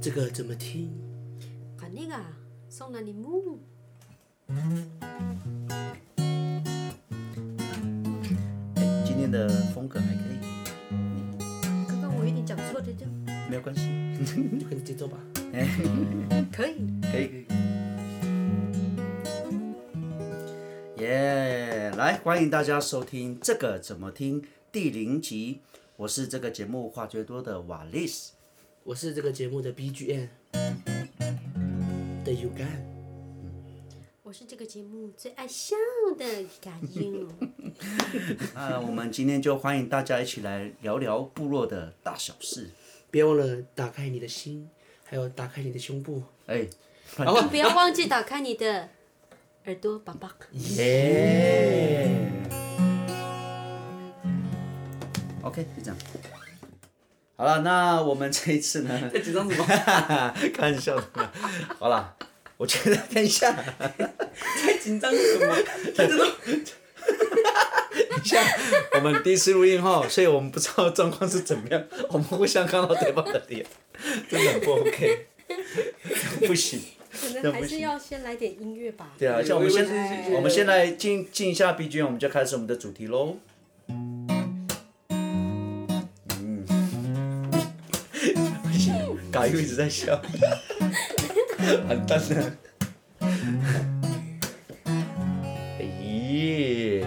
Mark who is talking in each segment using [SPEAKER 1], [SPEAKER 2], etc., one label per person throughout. [SPEAKER 1] 这个怎么听？
[SPEAKER 2] 干那个啊送了你木，
[SPEAKER 3] 哎，今天的风格还可以，
[SPEAKER 2] 刚刚我有点讲错的，就
[SPEAKER 3] 没有关系。
[SPEAKER 1] 就跟着节奏吧。
[SPEAKER 3] 哎，
[SPEAKER 2] 可以。
[SPEAKER 3] 可以可以。耶来，欢迎大家收听这个怎么听第零集，我是这个节目话最多的瓦力斯。
[SPEAKER 1] 我是这个节目的 BGM 的 y 干，
[SPEAKER 2] 我是这个节目最爱笑的感应，
[SPEAKER 3] 那我们今天就欢迎大家一起来聊聊部落的大小事。
[SPEAKER 1] 别忘了打开你的心，还有打开你的胸部。
[SPEAKER 3] 哎，
[SPEAKER 2] 哦不要忘记打开你的耳朵，宝宝。
[SPEAKER 3] 耶、OK，就这样。好了，那我们这一次呢？
[SPEAKER 1] 在紧张什么？
[SPEAKER 3] 开玩笑的。好了，我觉得等一下，
[SPEAKER 1] 在紧张什么？大家都
[SPEAKER 3] 等一下，我们第一次录音哈，所以我们不知道状况是怎么样， 我们互相看到对方的脸，真的很不 OK，不行。
[SPEAKER 2] 可能还是要先来点音乐吧。
[SPEAKER 3] 对啊，像我们
[SPEAKER 1] 我以为是
[SPEAKER 3] 先，我们先来进进一下 BGM，我们就开始我们的主题喽。嗯，不行，嘎又一直在笑，完蛋了。咦，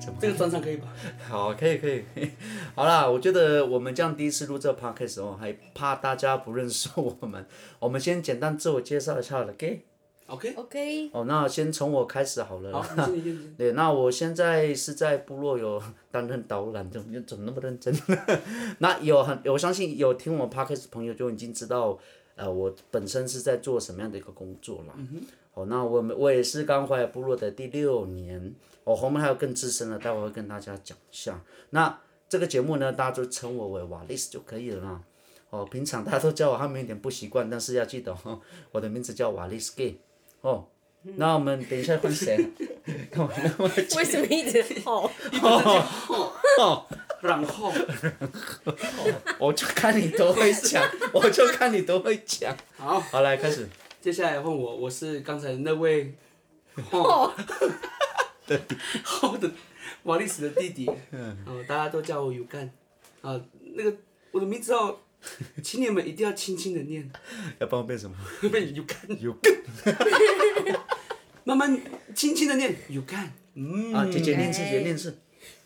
[SPEAKER 3] 怎么
[SPEAKER 1] 这个转场可以吧？
[SPEAKER 3] 好，可以可以，可以好啦，我觉得我们这样第一次录这 podcast 哦，还怕大家不认识我们，我们先简单自我介绍一下了，OK？
[SPEAKER 1] OK，
[SPEAKER 2] OK，
[SPEAKER 3] 哦，那先从我开始好了。
[SPEAKER 1] 好，你先你先你先。
[SPEAKER 3] 对，那我现在是在部落有担任导览，怎么怎么那么认真？ 那有很，我相信有听我 podcast 的朋友就已经知道，呃，我本身是在做什么样的一个工作啦。好，那我们我也是刚回来部落的第六年，我、后面还有更资深的，待会会跟大家讲一下。那这个节目呢，大家就称我为瓦力斯就可以了啦。哦，平常大家都叫我他们有点不习惯，但是要记得哦，我的名字叫瓦力斯 gay。哦，那我们等一下换谁？啊
[SPEAKER 2] 为什么一直吼？
[SPEAKER 1] 然后
[SPEAKER 3] 我就看你都会讲，我就看你都会讲。
[SPEAKER 1] 好，
[SPEAKER 3] 好，来开始。
[SPEAKER 1] 接下来换我，我是刚才那位哦
[SPEAKER 2] 吼？
[SPEAKER 1] 好的瓦利斯的弟弟，哦，大家都叫我 y 干。啊，那个我的名字哦，请你们一定要轻轻的念，
[SPEAKER 3] 要帮我变什么？
[SPEAKER 1] 被 y 干。
[SPEAKER 3] 有梗
[SPEAKER 1] 慢慢轻轻的念，you can，嗯，
[SPEAKER 3] 啊！姐姐念字，姐姐念字，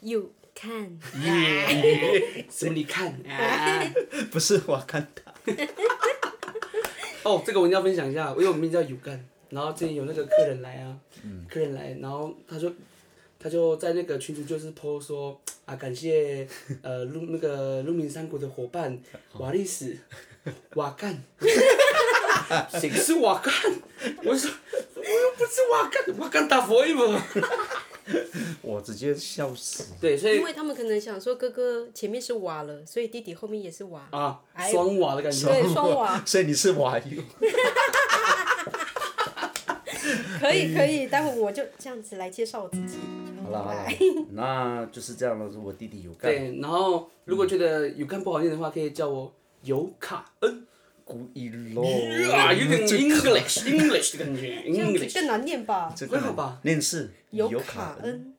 [SPEAKER 2] You can，
[SPEAKER 1] 哎 什么你看？啊
[SPEAKER 3] 不是我看他。
[SPEAKER 1] 哦，这个我一定要分享一下，因为我名字叫 you can，然后之前有那个客人来啊，客人来，然后他就他就在那个群组就是 po 说啊，感谢呃鹿那个鹿鸣山谷的伙伴瓦利斯瓦干，谁是瓦干？我说我又不是瓦干，瓦干打佛一嘛。
[SPEAKER 3] 我直接笑死。
[SPEAKER 1] 对，所以
[SPEAKER 2] 因为他们可能想说哥哥前面是瓦了，所以弟弟后面也是瓦。
[SPEAKER 1] 啊，
[SPEAKER 2] 哎
[SPEAKER 1] 双瓦的感觉。
[SPEAKER 2] 对，双瓦，
[SPEAKER 3] 所以你是 瓦友。
[SPEAKER 2] 可以可以，待会我就这样子来介绍我自己。
[SPEAKER 3] 好了好了，那就是这样了。我弟弟有干，
[SPEAKER 1] 哎对，然后如果觉得有看不好念的话，可以叫我尤卡恩。
[SPEAKER 3] 故意喽。
[SPEAKER 1] 哇，啊有点 English English 的感 觉
[SPEAKER 2] 这样子
[SPEAKER 1] ，English
[SPEAKER 2] 更难念吧？
[SPEAKER 3] 这个
[SPEAKER 1] 会好吧？
[SPEAKER 3] 念字
[SPEAKER 2] 有
[SPEAKER 3] 卡
[SPEAKER 2] 卡，恩，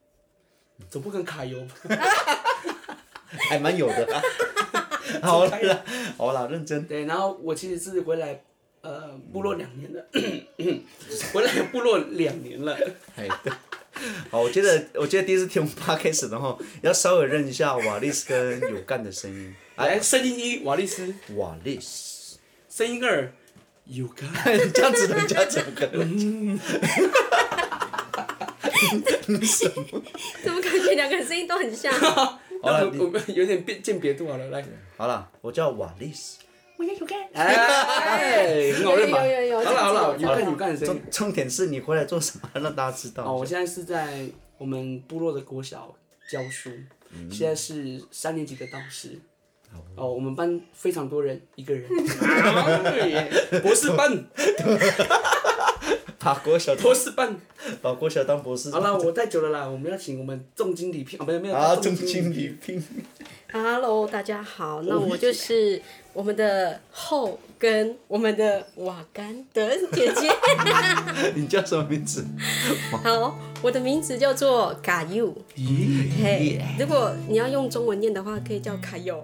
[SPEAKER 1] 总不可能卡油吧？
[SPEAKER 3] 还蛮有的。啊好了好了，认真。
[SPEAKER 1] 对，然后我其实是回来呃部落两年了， 回来部落两年了。
[SPEAKER 3] 哎， 对。好，我觉得我觉得第一次听我们 podcast 的哈，要稍微认一下瓦力斯跟有干的声音。
[SPEAKER 1] 来，哎声音一瓦利斯，
[SPEAKER 3] 瓦力斯，
[SPEAKER 1] 声音二有 卡。
[SPEAKER 3] 这样子人家整个
[SPEAKER 2] 怎么感觉两个人声音都很像？
[SPEAKER 1] 好了，我们有点辨鉴别度好了，来。
[SPEAKER 3] 好了，我叫瓦力斯。
[SPEAKER 2] 我要有看。
[SPEAKER 1] 哎，很好认吧？
[SPEAKER 2] 有有有有
[SPEAKER 1] 好了好了，
[SPEAKER 2] 这
[SPEAKER 1] 有
[SPEAKER 2] 个
[SPEAKER 1] 看有看的声音
[SPEAKER 3] 重。重点是你回来做什么，让大家知道。
[SPEAKER 1] 哦，我现在是在我们部落的国小教书，现在是三年级的导师。哦，我们班非常多人，一个人， 博士班，
[SPEAKER 3] 把国小
[SPEAKER 1] 博士班。
[SPEAKER 3] 把国小当博士。
[SPEAKER 1] 好了，我太久了啦，我们要请我们总经理聘，啊，没有没有，
[SPEAKER 3] 啊，
[SPEAKER 1] 总
[SPEAKER 3] 总
[SPEAKER 1] 经
[SPEAKER 3] 经理聘。
[SPEAKER 2] Hello，大家好，那我就是我们的后跟我们的瓦甘德姐姐。
[SPEAKER 3] 你叫什么名字？
[SPEAKER 2] 好，我的名字叫做卡佑。
[SPEAKER 1] 咦，
[SPEAKER 2] 嘿，如果你要用中文念的话，可以叫卡友。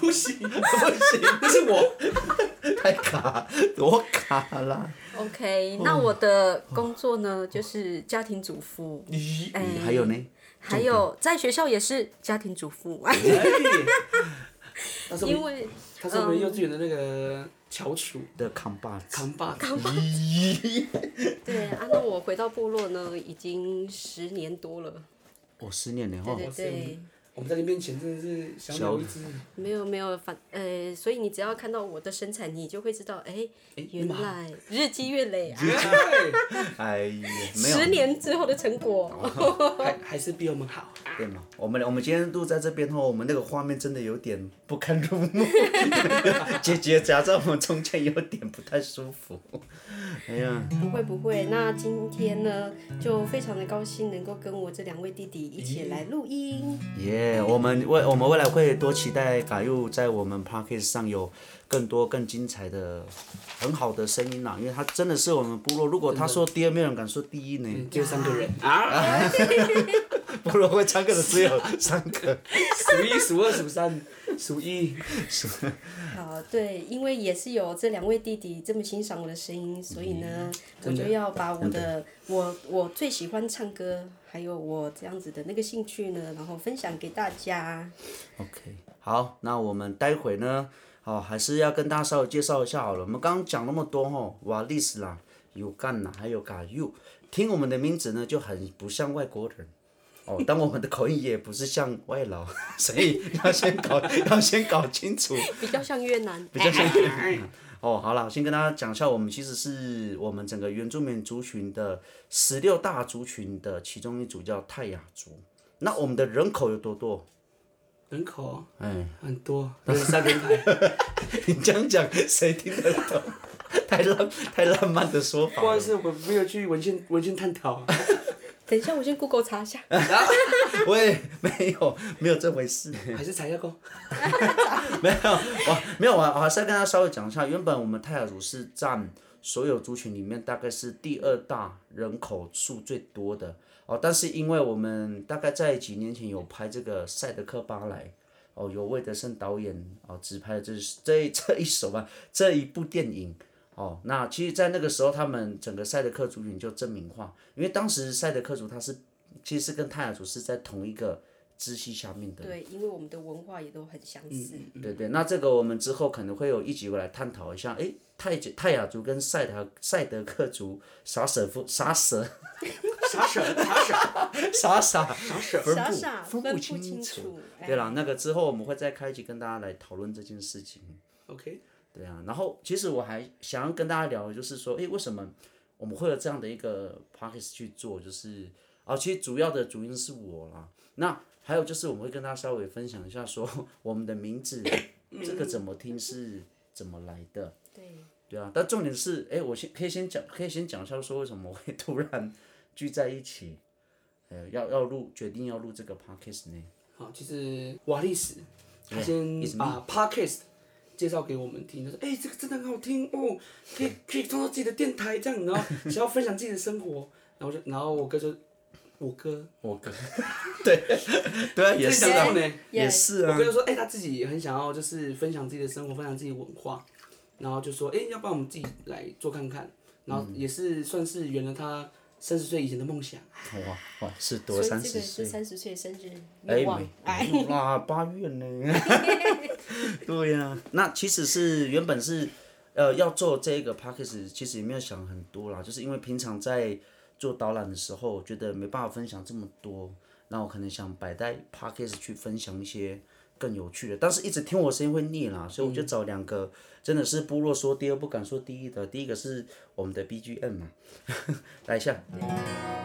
[SPEAKER 1] 不行，
[SPEAKER 3] 不行，
[SPEAKER 1] 那是我。
[SPEAKER 3] 太卡，我卡了。
[SPEAKER 2] OK，那我的工作呢，就是家庭主妇。
[SPEAKER 1] 咦，
[SPEAKER 2] 哎
[SPEAKER 3] 还有呢？
[SPEAKER 2] 还有在学校也是家庭主妇，
[SPEAKER 1] 哎他是我
[SPEAKER 2] 因
[SPEAKER 1] 们，
[SPEAKER 2] 为
[SPEAKER 1] 他是我们幼稚园的那个翘楚
[SPEAKER 3] 的扛把子。
[SPEAKER 1] 嗯扛把子。
[SPEAKER 2] 对啊，那我回到部落呢，已经十年多了。
[SPEAKER 3] 哦，十年了
[SPEAKER 2] 对
[SPEAKER 3] 哦
[SPEAKER 2] 对，对，
[SPEAKER 1] 我们在你面前真的是小鸟一只。
[SPEAKER 2] 没有没有反呃，所以你只要看到我的身材，你就会知道，哎，原来日积月累啊，
[SPEAKER 3] 哎呀，没有
[SPEAKER 2] 十年之后的成果。
[SPEAKER 1] 还还是比我们好。
[SPEAKER 3] 对嘛？我们我们今天录在这边后，我们那个画面真的有点不堪入 目，姐姐夹在我们中间有点不太舒服。哎呀，
[SPEAKER 2] 不会 不会，那今天呢，就非常的高兴能够跟我这两位弟弟一起来录音。
[SPEAKER 3] 耶、我们未我们未来会多期待嘎佑在我们 p a r k e t 上有更多更精彩的、很好的声音啊啦，因为他真的是我们部落。如果他说第二，没有人敢说第一呢。
[SPEAKER 1] 嗯就三个人啊，
[SPEAKER 3] 部落会唱歌的只 有三个。
[SPEAKER 1] 数一数二数三，数一
[SPEAKER 2] 好，对，因为也是有这两位弟弟这么欣赏我的声音，所以呢，我就要把我嗯的我我最喜欢唱歌，还有我这样子的那个兴趣呢，然后分享给大 家。
[SPEAKER 3] OK，好，那我们待会呢，哦，还是要跟大家稍微介绍一下好了。我们刚刚讲那么多吼，哇，历史啦、有干啦，还有嘎又，听我们的名字呢就很不像外国人。 哦，但我们的口音也不是像外劳， 所以要先搞要先搞清 楚。
[SPEAKER 2] 比较像越南，
[SPEAKER 3] 比较像哦，好了，先跟大家讲一下，我们其实是我们整个原住民族群的十六大族群的其中一组叫泰雅族。那我们的人口有多多？
[SPEAKER 1] 人口
[SPEAKER 3] 哎，
[SPEAKER 1] 很多，人山人海。
[SPEAKER 3] 你这样讲谁听得懂？太浪太浪漫的说法
[SPEAKER 1] 不好意
[SPEAKER 3] 了。
[SPEAKER 1] 思，我没有去文献文献探讨。
[SPEAKER 2] 等一下我先 Google 查一下。
[SPEAKER 3] 喂，没有没有这回事，
[SPEAKER 1] 还是踩下工，
[SPEAKER 3] 没有我没有啊我我还是要跟大家稍微讲一下，原本我们泰雅族是占所有族群里面大概是第二大人口数最多的哦，但是因为我们大概在几年前有拍这个《赛德克巴莱》。哦，由魏德圣导演哦指拍的这这这一首吧，这一部电影哦，那其实，在那个时候，他们整个赛德克族群就证明化，因为当时赛德克族他是其实是跟泰雅族是在同一个支系下面的，
[SPEAKER 2] 对，因为我们的文化也都很相
[SPEAKER 3] 嗯
[SPEAKER 2] 似。
[SPEAKER 3] 对对，那这个我们之后可能会有一集来探讨一下，诶，泰姐泰雅族跟赛德赛德克族傻舍夫傻 舍
[SPEAKER 1] 傻傻傻傻，
[SPEAKER 3] 傻傻
[SPEAKER 2] 傻傻
[SPEAKER 3] 分
[SPEAKER 2] 分
[SPEAKER 3] 不
[SPEAKER 2] 不
[SPEAKER 3] 清
[SPEAKER 2] 清
[SPEAKER 3] 楚
[SPEAKER 2] 楚。哎
[SPEAKER 3] 对了，那个之后我们会再开一集跟大家来讨论这件事情。
[SPEAKER 1] OK，
[SPEAKER 3] 对啊，然后其实我还想要跟大家聊，就是说，诶，为什么我们会有这样的一个 p o c k e t 去做？就是啊，其实主要的主因是我啦。那还有就是，我们会跟大家稍微分享一下说， 我们的名字这个怎么听是怎么来的。
[SPEAKER 2] 对，
[SPEAKER 3] 对啊，但重点是，哎，我先可以先讲，可以先讲一下说为什么我会突然聚在一起，呃，要要录决定要录这个 podcast 呢？
[SPEAKER 1] 好，其实瓦历史，他先
[SPEAKER 3] it's me
[SPEAKER 1] 把 Podcast 介绍给我们听，他说：“哎、这个真的很好听哦，可以可以创造自己的电台这样，然后想要分享自己的生活。”然后我就，然后我哥就，我哥
[SPEAKER 3] 我哥， 对，对啊，也是啊
[SPEAKER 1] 然后，呢，
[SPEAKER 3] 也是
[SPEAKER 1] 我
[SPEAKER 3] 啊
[SPEAKER 1] 哥，就说：“哎、他自己也很想要，就是分享自己的生活，分享自己文化。”然后就说：“哎、要不然我们自己来做看看。”然后也是算是圆了他三十岁以前的梦想。
[SPEAKER 3] 哇哇，啊是多
[SPEAKER 2] 所以
[SPEAKER 3] 三
[SPEAKER 2] 这
[SPEAKER 3] 十
[SPEAKER 2] 个是
[SPEAKER 3] 岁，
[SPEAKER 2] 三十岁生日
[SPEAKER 3] 哎
[SPEAKER 2] 愿望。哎，
[SPEAKER 3] 没，哇，八 月呢？ 对呀、那其实是原本是，呃，要做这个 podcast，其实也没有想很多啦，就是因为平常在做导览的时候，我觉得没办法分享这么多，那我可能想摆在 podcast 去分享一些更有趣的，但是一直听我声音会腻啦，所以我
[SPEAKER 2] 嗯
[SPEAKER 3] 就找两个真的是部落说第二不敢说第一的，第一个是我们的 BGM 嘛， 来一下，
[SPEAKER 2] 嗯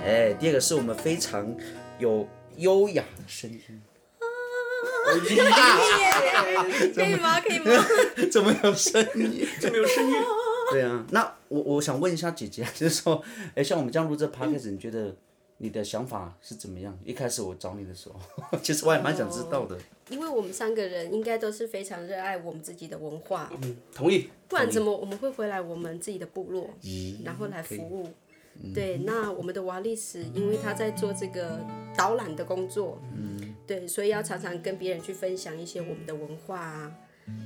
[SPEAKER 3] 哎，第二个是我们非常有优雅的声 音。哦
[SPEAKER 2] 可以吗？可以 吗？
[SPEAKER 3] 怎么有声音？
[SPEAKER 1] 就没有声音。
[SPEAKER 3] 啊嗯对啊，那我我想问一下姐姐，就是说，哎、像我们这样录这 podcast，你觉得你的想法是怎么样？一开始我找你的时候， 其实我也蛮想知道的。
[SPEAKER 2] 因为我们三个人应该都是非常热爱我们自己的文化，
[SPEAKER 1] 嗯，同意。
[SPEAKER 2] 不然怎么我们会回来我们自己的部落，然后来服务？对，那我们的瓦历史，因为他在做这个导览的工作，对，所以要常常跟别人去分享一些我们的文化啊。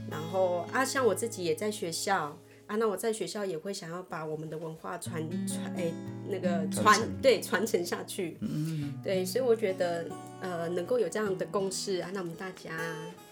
[SPEAKER 2] 然后啊，像我自己也在学校啊，那我在学校也会想要把我们的文化传传哎那个传对传承嗯下去，对，所以我觉得呃能够有这样的共识啊，那我们大家。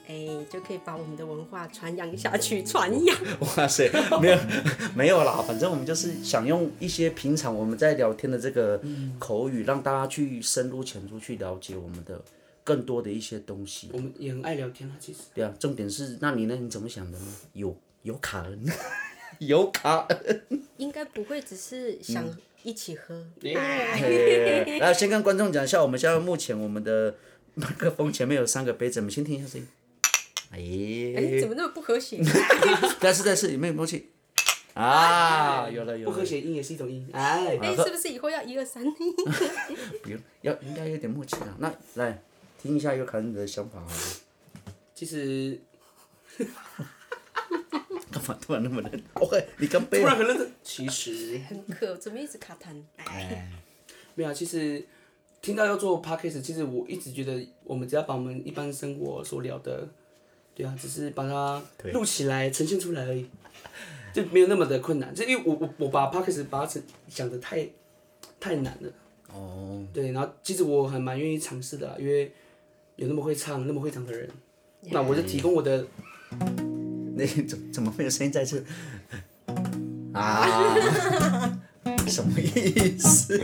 [SPEAKER 2] 哎，就可以把我们的文化传扬下去，传扬。
[SPEAKER 3] 哇塞，没有 没有啦，反正我们就是想用一些平常我们在聊天的这个口语，让大家去深入浅出去了解我们的更多的一些东西。
[SPEAKER 1] 我们也很爱聊天啊，其实。
[SPEAKER 3] 对啊，重点是，那你呢？你怎么想的呢？有有卡恩， 有卡恩。
[SPEAKER 2] 应该不会只是想
[SPEAKER 3] 嗯
[SPEAKER 2] 一起喝，哎
[SPEAKER 3] 对 来，先跟观众讲一下，我们现在目前我们的 麦克风前面有三个杯子，我们先听一下声音。
[SPEAKER 2] 哎、
[SPEAKER 3] 哎，
[SPEAKER 2] 怎么那么不和 谐？哎
[SPEAKER 3] 但是但是有没有默契？啊，有了有
[SPEAKER 1] 不
[SPEAKER 3] 了
[SPEAKER 1] 和，谐音也是一种音，哎，
[SPEAKER 2] 哎、是不是以后要一二三？
[SPEAKER 3] 不用，要应该有点默契了。那来听一下有卡恩的想法好了。
[SPEAKER 1] 其实
[SPEAKER 3] 干嘛突然那么认？OK，你哦干杯啊
[SPEAKER 1] 突然
[SPEAKER 3] 了。
[SPEAKER 1] 很认真，其实
[SPEAKER 2] 很渴，怎么一直卡痰？哎，
[SPEAKER 1] 没有啊，其实听到要做 podcast，其实我一直觉得我们只要把我们一般生活所聊的，对啊，只是把它录起来呈现出来而已，就没有那么的困难。就因为我我我把 podcast 把它成想的太太难了，
[SPEAKER 3] 哦，
[SPEAKER 1] 对，然后其实我还蛮愿意尝试的啦，因为有那么会唱、那么会唱的人，那我就提供我的
[SPEAKER 3] 那怎怎么会有声音在这？啊，什么意思？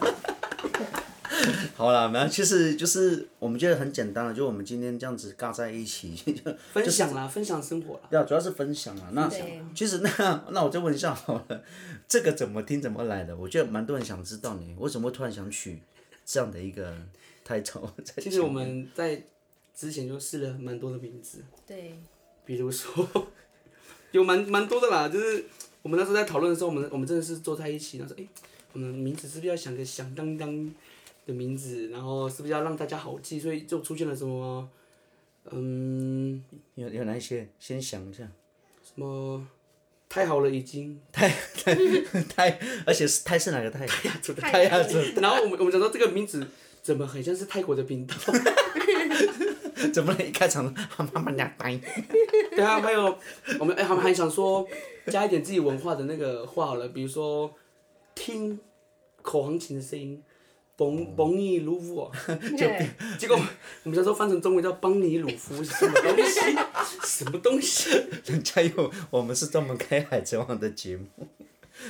[SPEAKER 3] 好了，没有，其实就是我们觉得很简单了，就我们今天这样子尬在一起，就
[SPEAKER 1] 分享啦，分享生活啦。
[SPEAKER 3] 对啊，主要是分享啊。那
[SPEAKER 2] 对
[SPEAKER 3] 其实那那我再问一下好了，这个怎么听怎么来的？我觉得蛮多人想知道你为什么会突然想取这样的一个 title 在前面。
[SPEAKER 1] 其实我们在之前就试了蛮多的名字，
[SPEAKER 2] 对，
[SPEAKER 1] 比如说 有蛮蛮多的啦，就是我们那时候在讨论的时候，我们我们真的是坐在一起，然后说，哎、我们名字是不是要想个响当当的名字，然后是不是要让大家好记，所以就出现了什么，嗯，
[SPEAKER 3] 有有哪一些？先想一下，
[SPEAKER 1] 什么太好了已经，
[SPEAKER 3] 太 而且是太是哪个太？太
[SPEAKER 1] 阳
[SPEAKER 3] 阳
[SPEAKER 1] 族
[SPEAKER 2] 的
[SPEAKER 3] 太阳族
[SPEAKER 1] 然后我们我们讲到这个名字怎么很像是泰国的频道，
[SPEAKER 3] 怎么能一开场他妈妈俩呆？
[SPEAKER 1] 对啊，还有我们哎、他们还想说加一点自己文化的那个话好了，比如说听口簧琴的声
[SPEAKER 3] 嗯
[SPEAKER 1] 音，嘣嘣你如我。
[SPEAKER 2] 对，
[SPEAKER 1] 结果我们那时候翻成中文叫邦尼鲁夫，什么东西？什么东西？
[SPEAKER 3] 人家有我们是专门开海贼王的节目，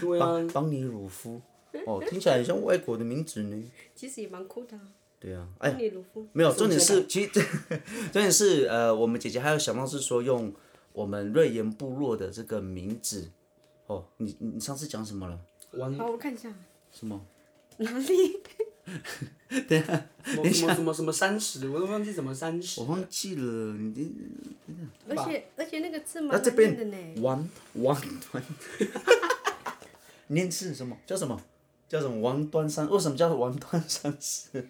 [SPEAKER 1] 对啊
[SPEAKER 3] 邦，邦尼鲁夫，哦，听起来很像外国的名字呢。
[SPEAKER 2] 其实也蛮酷 的、啊。
[SPEAKER 3] 对啊，哎，
[SPEAKER 2] 例如夫，
[SPEAKER 3] 没有，重点是其实 重点是呃，我们姐姐还有想到是说用我们瑞岩部落的这个名字。哦，你你你上次讲什么了？
[SPEAKER 1] 完
[SPEAKER 2] 好，我看一下
[SPEAKER 3] 什么？
[SPEAKER 2] 哪 里。
[SPEAKER 1] 什么什么什么什么三十，我都忘记什么三十
[SPEAKER 3] 我。忘记了，你
[SPEAKER 2] 而且而且那个字
[SPEAKER 3] 那
[SPEAKER 2] 蛮
[SPEAKER 3] 这
[SPEAKER 2] 难
[SPEAKER 3] 边
[SPEAKER 2] 念的呢，
[SPEAKER 3] 王王端， 念是什么？叫什么？叫什么？王端山？为什么叫王端山寺？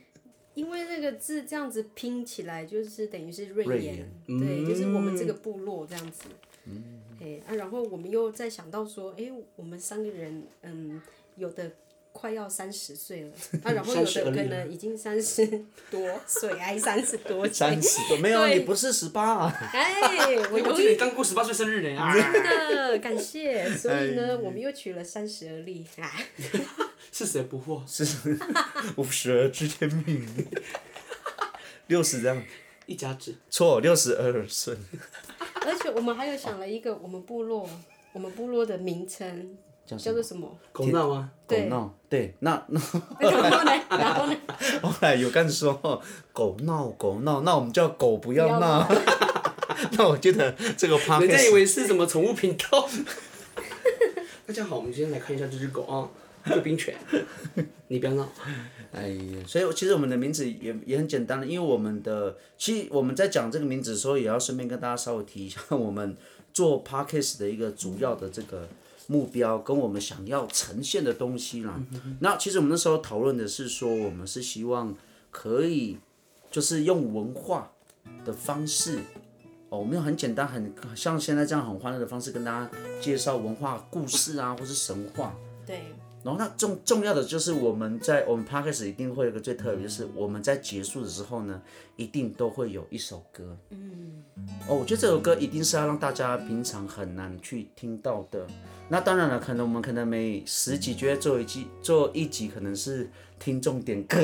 [SPEAKER 2] 因为那个字这样子拼起来，就是等于是瑞
[SPEAKER 3] 瑞嗯
[SPEAKER 2] 言
[SPEAKER 3] 言，
[SPEAKER 2] 对，就是我们这个部落这样子。
[SPEAKER 3] 嗯
[SPEAKER 2] 哎、啊，然后我们又在想到说，哎，我们三个人，嗯，有的快要三十岁了， 啊，然后有
[SPEAKER 1] 30
[SPEAKER 2] 的
[SPEAKER 1] 而立
[SPEAKER 2] 可能已经三十多岁，哎，三十多岁，
[SPEAKER 3] 三十多？没有，
[SPEAKER 2] 对
[SPEAKER 3] 你不是十八啊！
[SPEAKER 2] 哎，我
[SPEAKER 1] 我
[SPEAKER 2] 永
[SPEAKER 1] 记得你刚过十八岁生日呢啊！
[SPEAKER 2] 真的感谢，所以
[SPEAKER 3] 哎
[SPEAKER 2] 呢，我们又取了三十而立啊，
[SPEAKER 1] 是谁不惑？
[SPEAKER 3] 是五十而知天命， 六十这样
[SPEAKER 1] 一家子，
[SPEAKER 3] 错，六十而顺。
[SPEAKER 2] 而且我们还有想了一个我们部落，我们部落的名称
[SPEAKER 3] 叫
[SPEAKER 2] 叫做什么？
[SPEAKER 1] 狗闹啊吗？
[SPEAKER 3] 狗
[SPEAKER 2] 对
[SPEAKER 3] 闹，对，那那
[SPEAKER 2] 然后呢，然后呢，
[SPEAKER 3] 后来有干说哦狗闹狗闹，那我们叫狗不要闹。 那我觉得这个 p o d
[SPEAKER 1] 人家
[SPEAKER 3] c a
[SPEAKER 1] 以
[SPEAKER 3] s
[SPEAKER 1] 为是什么宠物频 道。大家好，我们今天来看一下这只狗啊，贵宾 犬。你不要闹，
[SPEAKER 3] 哎呀，所以其实我们的名字也也很简单的，因为我们的其实我们在讲这个名字的时候，也要顺便跟大家稍微提一下我们做 podcast 的一个主要的这个目标跟我们想要呈现的东西啦。那其实我们那时候讨论的是说，我们是希望可以就是用文化的方式。哦，我们用很简单、很像现在这样很欢乐的方式跟大家介绍文化故事啊，或是神话。
[SPEAKER 2] 对，
[SPEAKER 3] 然后那重重要的就是我们在我们 p 开始一定会有一个最特别，就是我们在结束的时候呢，一定都会有一首歌。嗯，哦，我觉得这首歌一定是要让大家平常很难去听到的。那当然了，可能我们可能每十集就会做一集，做一集可能是听重点歌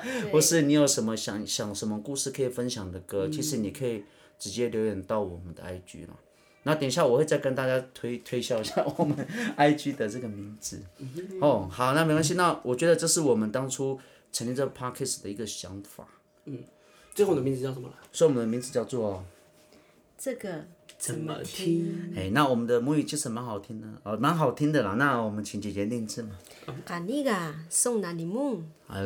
[SPEAKER 2] 对
[SPEAKER 3] 或是你有什么想想什么故事可以分享的歌，其实你可以直接留言到我们的 IG 了。那等一下我会再跟大家推推销一下我们 IG 的这个名字。哦，好，那没关系，那我觉得这是我们当初成立这个 Podcast 的一个想法，
[SPEAKER 1] 最后你的名字叫什么了？
[SPEAKER 3] 所以我们的名字叫做
[SPEAKER 2] 这个
[SPEAKER 1] 怎么听？
[SPEAKER 3] 哎，那我们的母语其实蛮好听的哦，蛮好听的啦。那我们请姐姐念字嘛。
[SPEAKER 2] 卡尼嘎啊送哪里梦？
[SPEAKER 3] 哎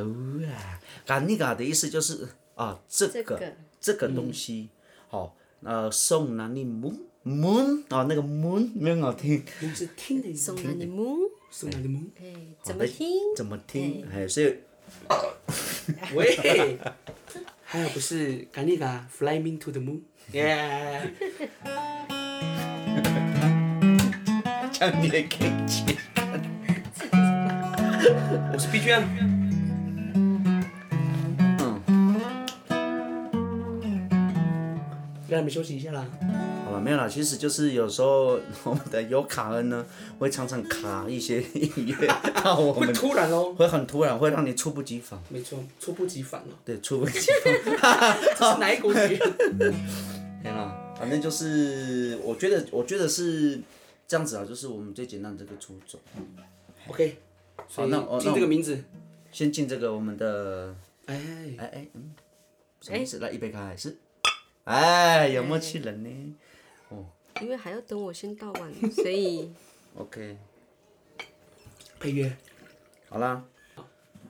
[SPEAKER 3] 呀，干尼嘎的意思就是啊，这
[SPEAKER 2] 这
[SPEAKER 3] 个
[SPEAKER 2] 个
[SPEAKER 3] 这个东西，好、呃，送哪里 moon moon 啊、那个 moon 没有很好听，
[SPEAKER 1] 名字听的意思
[SPEAKER 2] 送。哪里梦？
[SPEAKER 1] 送来的 梦。
[SPEAKER 2] 哎，怎么听？
[SPEAKER 3] 怎么听？哎，所以
[SPEAKER 1] 喂，还有不是赶紧嘎 Fly me to the moon。耶！
[SPEAKER 3] 这样你也可以接。
[SPEAKER 1] 我是 BGM。让你们休息一下啦。
[SPEAKER 3] 好了，没有啦。其实就是有时候 我们的尤卡恩呢，会常常卡一些音乐，让我
[SPEAKER 1] 会
[SPEAKER 3] 们
[SPEAKER 1] 突然哦。
[SPEAKER 3] 会很突然，会让你猝不及防。
[SPEAKER 1] 没错，猝不及防哦。
[SPEAKER 3] 对，猝不及防。
[SPEAKER 1] 这是哪一国语？
[SPEAKER 3] 天啦，反正就是，我觉得，我觉得是这样子啊，就是我们最简单的这个初衷。
[SPEAKER 1] OK，所以
[SPEAKER 3] 那哦
[SPEAKER 1] 记
[SPEAKER 3] 那
[SPEAKER 1] 这个名字。
[SPEAKER 3] 先进这个我们的，
[SPEAKER 1] 哎，
[SPEAKER 3] 哎哎，嗯，什么意思？来一杯咖还是？哎，有默契人呢。
[SPEAKER 1] 哎
[SPEAKER 2] 因为还要等我先倒完，所以
[SPEAKER 3] OK，
[SPEAKER 1] 配乐。
[SPEAKER 3] 好啦，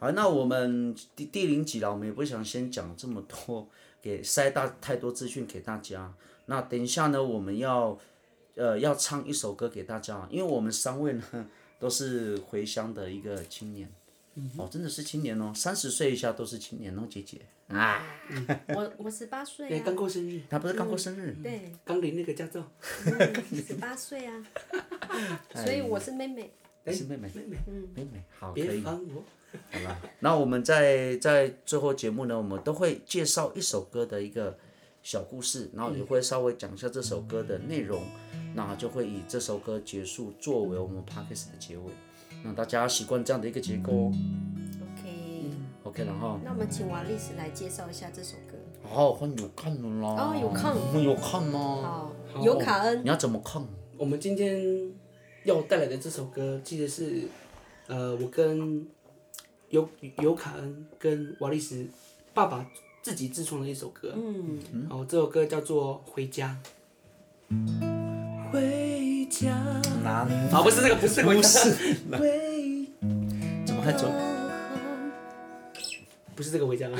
[SPEAKER 3] 好，那我们第第零集了，我们也不想先讲这么多，给塞大太多资讯给大家。那等一下呢，我们要呃要唱一首歌给大家，因为我们三位呢 都是回乡的一个青年。哦，真的是青年哦，三十岁以下都是青年哦，姐姐啊，
[SPEAKER 2] 我我十八岁
[SPEAKER 1] 哎，刚
[SPEAKER 2] 啊，
[SPEAKER 1] 过生日，
[SPEAKER 3] 他不是刚过生日，
[SPEAKER 2] 对，
[SPEAKER 1] 刚领那个驾照。
[SPEAKER 2] 十八岁啊，所以我是妹妹。
[SPEAKER 3] 哦是妹妹，
[SPEAKER 1] 妹妹，
[SPEAKER 3] 妹妹，好，可
[SPEAKER 1] 别
[SPEAKER 3] 以。
[SPEAKER 1] 烦我。
[SPEAKER 3] 好吧，那我们在在最后节目呢，我们都会介绍一首歌的一个小故事，然后也会稍微讲一下这首歌的内容，那就会以这首歌结束作为我们 podcast 的结尾。那大家习惯这样的一个结构哦
[SPEAKER 2] OK，
[SPEAKER 3] ，OK 了哈。
[SPEAKER 2] 那我们请王律师来介绍一下这首歌。
[SPEAKER 3] 好，换有看的啦。
[SPEAKER 2] 哦有看
[SPEAKER 3] 我们有看吗？
[SPEAKER 2] 好，哦尤卡恩
[SPEAKER 3] 你要怎么看？
[SPEAKER 1] 我们今天要带来的这首歌，记得是，呃，我跟尤尤卡恩跟瓦利什爸爸自己自创的一首歌。嗯，哦，这首歌叫做《回家》。回家。
[SPEAKER 3] 难。
[SPEAKER 1] 啊，不是这个，不是回
[SPEAKER 3] 不
[SPEAKER 1] 家，
[SPEAKER 3] 是，
[SPEAKER 1] 回，
[SPEAKER 3] 怎么还走？
[SPEAKER 1] 不是这个回家啦。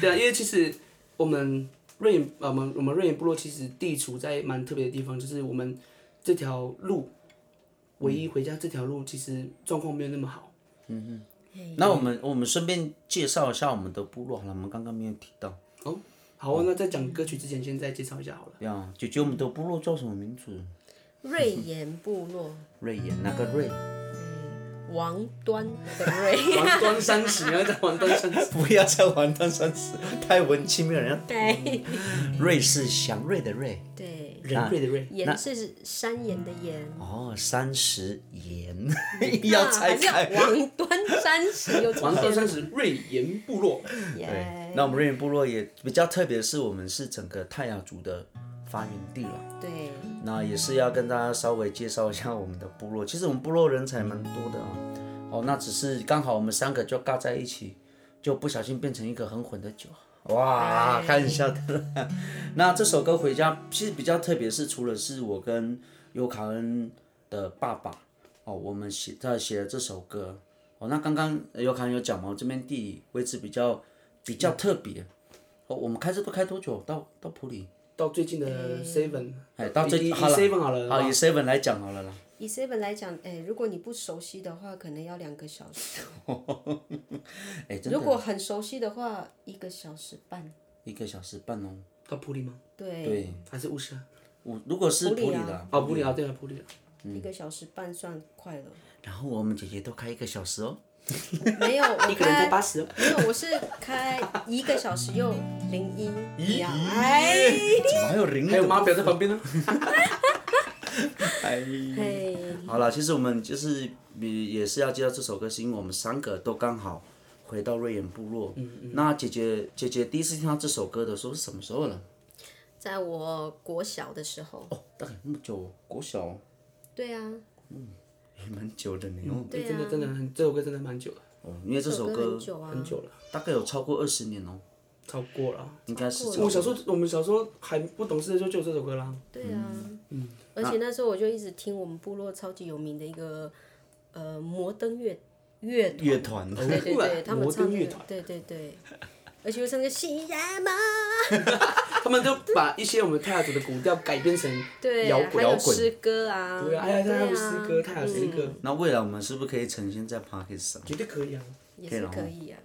[SPEAKER 1] 对啊，因为其实我们瑞眼，呃我们我们瑞眼部落其实地处在蛮特别的地方，就是我们这条路，唯一回家这条路其实状况没有那么好。
[SPEAKER 3] 那我们我们顺便介绍一下我们的部落好了，我们刚刚没有提到。
[SPEAKER 1] 好，啊那在讲歌曲之前，先再介绍一下 好了。
[SPEAKER 3] 对啊，姐姐，我们的部落叫什么名字？
[SPEAKER 2] 瑞岩部落
[SPEAKER 3] 瑞眼哪个瑞？
[SPEAKER 2] 王端的瑞，
[SPEAKER 1] 王端三十，然后再王端三十。
[SPEAKER 3] 不要再玩断三十，太文青，没有人
[SPEAKER 2] 对
[SPEAKER 3] 要。瑞是祥瑞的瑞，
[SPEAKER 2] 对，
[SPEAKER 1] 人瑞的瑞，
[SPEAKER 2] 岩是山岩的岩。
[SPEAKER 3] 哦，三十言 要拆
[SPEAKER 2] 啊还是
[SPEAKER 3] 开。
[SPEAKER 2] 王端山石又
[SPEAKER 1] 王
[SPEAKER 2] 出
[SPEAKER 1] 端
[SPEAKER 2] 现
[SPEAKER 1] 三十，瑞岩部落。
[SPEAKER 3] 对
[SPEAKER 2] 耶，，
[SPEAKER 3] 那我们瑞眼部落也比较特别，是我们是整个泰雅族的发源地了。
[SPEAKER 2] 对，
[SPEAKER 3] 那也是要跟大家稍微介绍一下我们的部落。其实我们部落人才蛮多的啊，哦，那只是刚好我们三个就尬在一起，就不小心变成一个很混的酒。哇，
[SPEAKER 2] 哎
[SPEAKER 3] 开玩笑的啦。那这首歌《回家》其实比较特别，是除了是我跟尤卡恩的爸爸哦，我们写他写了这首歌哦。那刚刚呃尤卡恩有讲嘛，我这边地理位置比较比较特别哦。我们开车都开多久到到普里？
[SPEAKER 1] 到最近的 seven，
[SPEAKER 3] 哎，到最
[SPEAKER 1] 以以
[SPEAKER 3] 好了
[SPEAKER 1] seven 好了，
[SPEAKER 3] 好以 seven 来讲好了啦。
[SPEAKER 2] 以 seven 来讲，哎，如果你不熟悉的话，可能要两个小时；
[SPEAKER 3] 哎，真
[SPEAKER 2] 如
[SPEAKER 3] 的
[SPEAKER 2] 果很熟悉的话，一个小时半。
[SPEAKER 3] 一个小时半哦。
[SPEAKER 1] 到普里吗？
[SPEAKER 2] 对，
[SPEAKER 3] 对，
[SPEAKER 1] 还是乌斯啊？
[SPEAKER 3] 我如果是
[SPEAKER 2] 普
[SPEAKER 3] 普
[SPEAKER 2] 里
[SPEAKER 3] 里
[SPEAKER 2] 啊
[SPEAKER 3] 的，
[SPEAKER 1] 哦，普里啊，对啊，普里啊。
[SPEAKER 2] 一个小时半算快了。
[SPEAKER 3] 然后我们姐姐都开一个小时哦。
[SPEAKER 2] 没有，我
[SPEAKER 1] 一个人
[SPEAKER 2] 开
[SPEAKER 1] 才八十，
[SPEAKER 3] 啊
[SPEAKER 2] 没有，我是开一个小时又零一一样。哎，
[SPEAKER 3] 怎么还有零？
[SPEAKER 1] 还有码表在旁边呢。
[SPEAKER 3] 哎。
[SPEAKER 2] 嘿，
[SPEAKER 3] 好了，其实我们就是也也是要介绍这首歌，是因为我们三个都刚好回到瑞眼部落。嗯嗯。那姐姐姐姐第一次听到这首歌的时候是什么时候了？
[SPEAKER 2] 在我国小的时候，
[SPEAKER 3] 哦，大概那么久，国小
[SPEAKER 2] 对啊，
[SPEAKER 3] 也蛮久的呢。哦
[SPEAKER 1] 对，真的真的很，这首歌真的蛮久了，
[SPEAKER 3] 哦，因为这首歌
[SPEAKER 2] 很久啊，
[SPEAKER 1] 很久了，
[SPEAKER 3] 大概有超过二十年哦，
[SPEAKER 1] 超过了。
[SPEAKER 3] 应该是
[SPEAKER 2] 超过
[SPEAKER 3] 超过。
[SPEAKER 1] 我小时候，我们小时候还不懂事的时候就有这首歌啦。
[SPEAKER 2] 对啊，
[SPEAKER 1] 嗯
[SPEAKER 2] 而且那时候我就一直听我们部落超级有名的一个呃摩登乐乐团，
[SPEAKER 3] 乐团
[SPEAKER 1] 哦
[SPEAKER 2] 对对对，他们
[SPEAKER 1] 摩
[SPEAKER 2] 唱
[SPEAKER 1] 登
[SPEAKER 2] 那
[SPEAKER 1] 乐
[SPEAKER 2] 个
[SPEAKER 1] 团，，
[SPEAKER 2] 对对对，而且又唱个西亚嘛，
[SPEAKER 1] 他们都把一些我们泰雅族的古调改编成
[SPEAKER 2] 对，
[SPEAKER 1] 摇滚
[SPEAKER 2] 还
[SPEAKER 3] 摇
[SPEAKER 2] 有
[SPEAKER 3] 滚
[SPEAKER 2] 诗歌啊，
[SPEAKER 1] 对啊，嗯哎呀，泰雅族诗歌、
[SPEAKER 2] 啊
[SPEAKER 1] 泰雅诗歌，
[SPEAKER 3] 那未来我们是不是可以呈现在 p a r k e s 上？
[SPEAKER 1] 绝对可以啊。
[SPEAKER 2] 也是可以啊，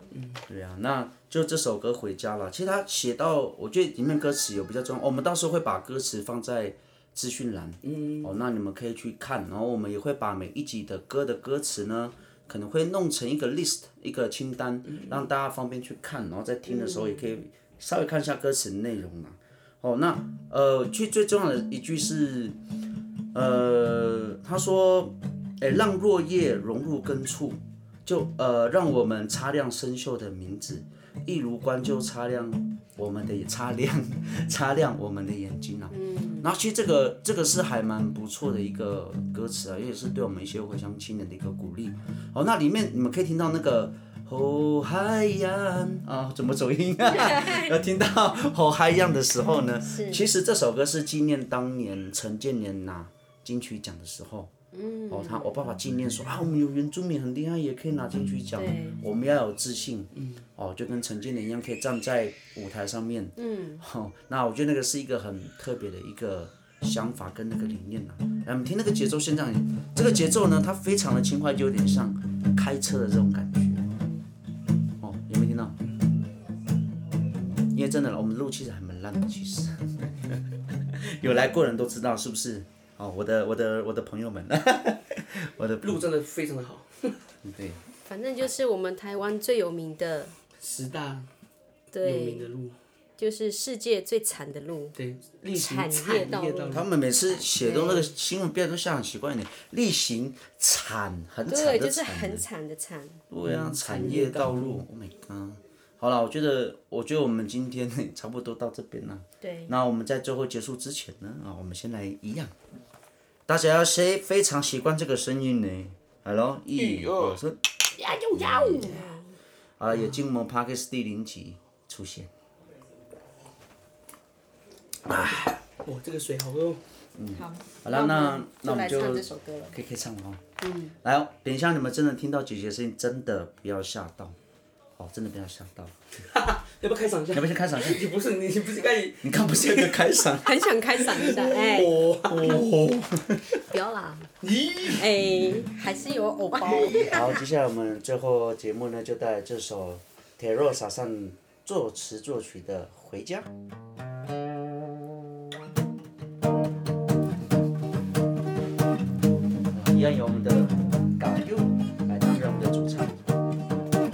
[SPEAKER 3] 对啊，那就这首歌回家了。其实他写到，我觉得里面歌词有比较重要，我们到时候会把歌词放在资讯栏，嗯，哦，那你们可以去看，然后我们也会把每一集的歌的歌词呢，可能会弄成一个 list 一个清单，让大家方便去看，然后在听的时候也可以稍微看一下歌词内容嘛。哦，那呃，最最重要的一句是，呃，他说，哎，让落叶融入根处，就呃，让我们擦亮生锈的名字，一如光就擦亮我们的擦亮 擦亮我们的眼睛啊。嗯，然后其实这个这个是还蛮不错的一个歌词啊，也是对我们一些回乡亲人的一个鼓励。哦，那里面你们可以听到那个。哦海洋啊，怎么走音啊？ 要听到哦海洋的时候呢，其实这首歌是纪念当年陈建年拿金曲奖的时候，嗯，哦，他我爸爸纪念说啊，我们有原住民很厉害，也可以拿金曲奖，我们要有自信，嗯，哦，就跟陈建年一样，可以站在舞台上面，嗯，哦，那我觉得那个是一个很特别的一个想法跟那个理念呐、啊。来，我们听那个节奏，先这样，这个节奏呢，它非常的轻快，就有点像开车的这种感觉，哦，有没有听到？因为真的啦，我们录其实还蛮烂的，其实。 有来过人都知道是不是？哦，我的我的我的朋友们， 我的
[SPEAKER 1] 路真的非常的好，
[SPEAKER 3] 对，
[SPEAKER 2] 反正就是我们台湾最有名的，
[SPEAKER 1] 十大有名
[SPEAKER 2] 对，
[SPEAKER 1] 的路，
[SPEAKER 2] 就是世界最惨的路，
[SPEAKER 1] 对，例行
[SPEAKER 2] 产
[SPEAKER 1] 产
[SPEAKER 2] 业
[SPEAKER 1] 业
[SPEAKER 2] 道
[SPEAKER 1] 道
[SPEAKER 2] 路
[SPEAKER 1] 路，
[SPEAKER 3] 他们每次写到那个新闻标题都下很奇怪呢，例行惨，很惨
[SPEAKER 2] 对，
[SPEAKER 3] 的
[SPEAKER 2] 就是
[SPEAKER 3] 惨
[SPEAKER 2] 很
[SPEAKER 3] 的，
[SPEAKER 2] 惨的惨，
[SPEAKER 3] 对啊，产业道路，Oh my god！好了，我觉得我觉得我们今天差不多到这边了。
[SPEAKER 2] 对，
[SPEAKER 3] 那我们在最后结束之前呢，啊，我们先来一样，大家要谁非常习惯这个声音呢？Hello，一二三，哎啊，也进我们 Parkes 第零集出现。
[SPEAKER 1] 哇，这个水好喝哦。
[SPEAKER 2] 好，
[SPEAKER 3] 好了，那那
[SPEAKER 2] 就来
[SPEAKER 3] 我们就
[SPEAKER 2] 唱这首歌了。
[SPEAKER 3] 可以可以唱了哦。嗯。来哦，等一下你们真的听到姐姐的声音，真的不要吓到，哦，真的不要吓到。
[SPEAKER 1] 要不要开场一下
[SPEAKER 3] 要不？要先开场一下？
[SPEAKER 1] 你不是你你不是该
[SPEAKER 3] 你看不是有个开场？
[SPEAKER 2] 很想开嗓一下，哎、
[SPEAKER 1] 我
[SPEAKER 2] 不要啦，哎、还是有偶包，
[SPEAKER 3] 好，接下来我们最后节目呢，就带来这首铁若傻上作词作曲的《回家》。一样有我们的嘎佑来担任我们的主唱。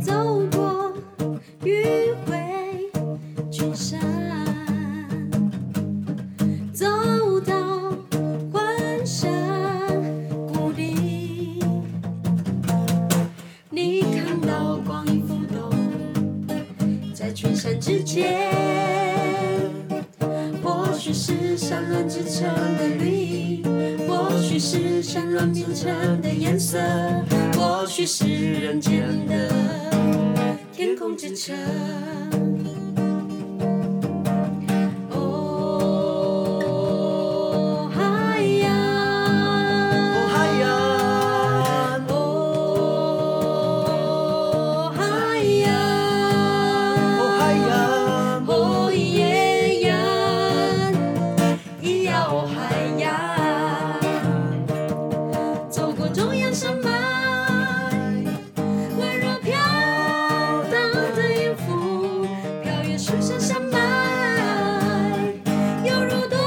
[SPEAKER 2] 走过迂回群山，走到环山谷底，你看到光影浮动在群山之间，或许是山峦织成的绿意，或许是山峦拼成的颜色，或许是人间的天空之城。哦，海洋，
[SPEAKER 3] 哦嗨
[SPEAKER 2] 哦，海
[SPEAKER 3] 呀，
[SPEAKER 2] 洋。
[SPEAKER 3] 哦
[SPEAKER 2] 哦哦
[SPEAKER 4] 的山脉，犹如多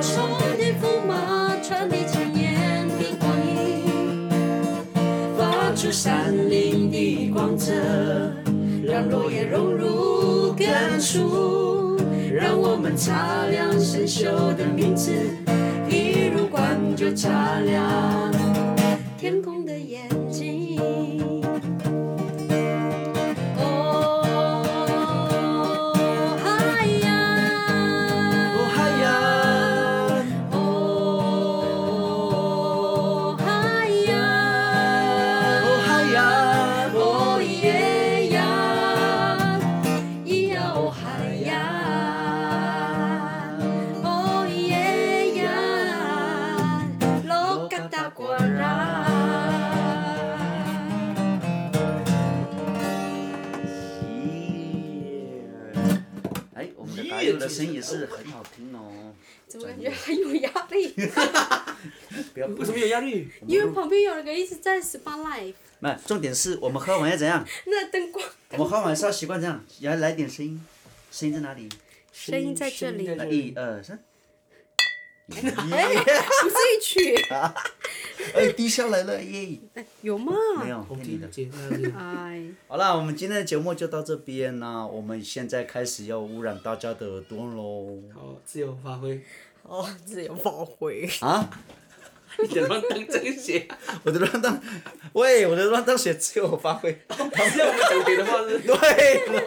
[SPEAKER 4] 重的驸马，传递千年的光影，发出山林的光泽，让落叶融入根树，让我们擦亮生锈的名字，一如冠绝擦亮
[SPEAKER 3] 哦
[SPEAKER 4] 天空的眼睛。哦，嗨呀，
[SPEAKER 3] 哦嗨呀，
[SPEAKER 4] 哦，嗨呀，
[SPEAKER 3] 哦嗨呀，
[SPEAKER 4] 哦耶呀，咿呀哦嗨呀，哦耶呀，罗嘎达果然。
[SPEAKER 3] 哎，我们的白鹿的声音也是很好听哦。
[SPEAKER 2] 怎么感觉很有压力？
[SPEAKER 3] 不要
[SPEAKER 1] 为什么有压力？
[SPEAKER 2] 因为旁边有人一直在 spotlight，
[SPEAKER 3] 没，重点是我们喝完要怎样？
[SPEAKER 2] 那灯光
[SPEAKER 3] 我们喝完是要习惯这样，要来点声音，声音在哪里？
[SPEAKER 2] 声音在这里，
[SPEAKER 3] 来，一呃 二三。
[SPEAKER 2] 不是一曲， 哎
[SPEAKER 3] 哎，低下来了耶！
[SPEAKER 2] 有吗？
[SPEAKER 3] 没有，
[SPEAKER 1] 我
[SPEAKER 3] 骗你
[SPEAKER 1] 听
[SPEAKER 3] 的
[SPEAKER 1] 得。见，那 是
[SPEAKER 2] 哎，
[SPEAKER 3] 好啦，我们今天的节目就到这边啦，我们现在开始要污染大家的耳朵喽。
[SPEAKER 1] 好自由发挥，
[SPEAKER 2] 哦，自由发挥。
[SPEAKER 3] 啊，
[SPEAKER 1] 你怎么当真 写？
[SPEAKER 3] 我的乱当， 喂，我的乱当 写自由发挥，
[SPEAKER 1] 是要我们讲别的话是？
[SPEAKER 3] 对，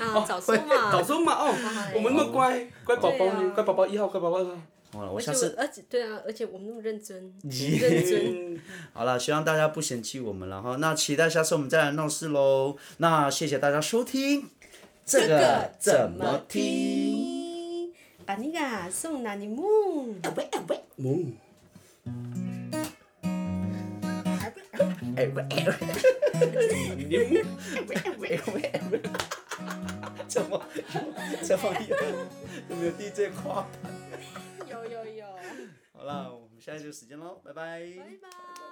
[SPEAKER 2] 啊，早说嘛，
[SPEAKER 1] 早说嘛哦，我们那么乖，乖宝宝
[SPEAKER 2] 对
[SPEAKER 1] 呢
[SPEAKER 2] 啊？
[SPEAKER 1] 乖宝宝一号，乖宝宝二号。
[SPEAKER 3] 好了，我
[SPEAKER 2] 而且
[SPEAKER 3] 下
[SPEAKER 2] 我
[SPEAKER 3] 次
[SPEAKER 2] 而且对啊，而且我们那么认真，
[SPEAKER 3] 咦
[SPEAKER 2] 认真。
[SPEAKER 1] 嗯，
[SPEAKER 3] 好了，希望大家不嫌弃我们了哈。那期待下次我们再来闹事喽。那谢谢大家收听，这个呃怎么听？
[SPEAKER 2] 听？把那个送哪里木？
[SPEAKER 1] 萌。
[SPEAKER 3] 哎喂哎
[SPEAKER 1] 你们
[SPEAKER 3] 喂喂哎喂， 怎么怎么有有没有 DJ 夸？
[SPEAKER 2] 有有有，
[SPEAKER 3] 好了，我们下一集有时间喽，拜拜
[SPEAKER 2] 拜拜。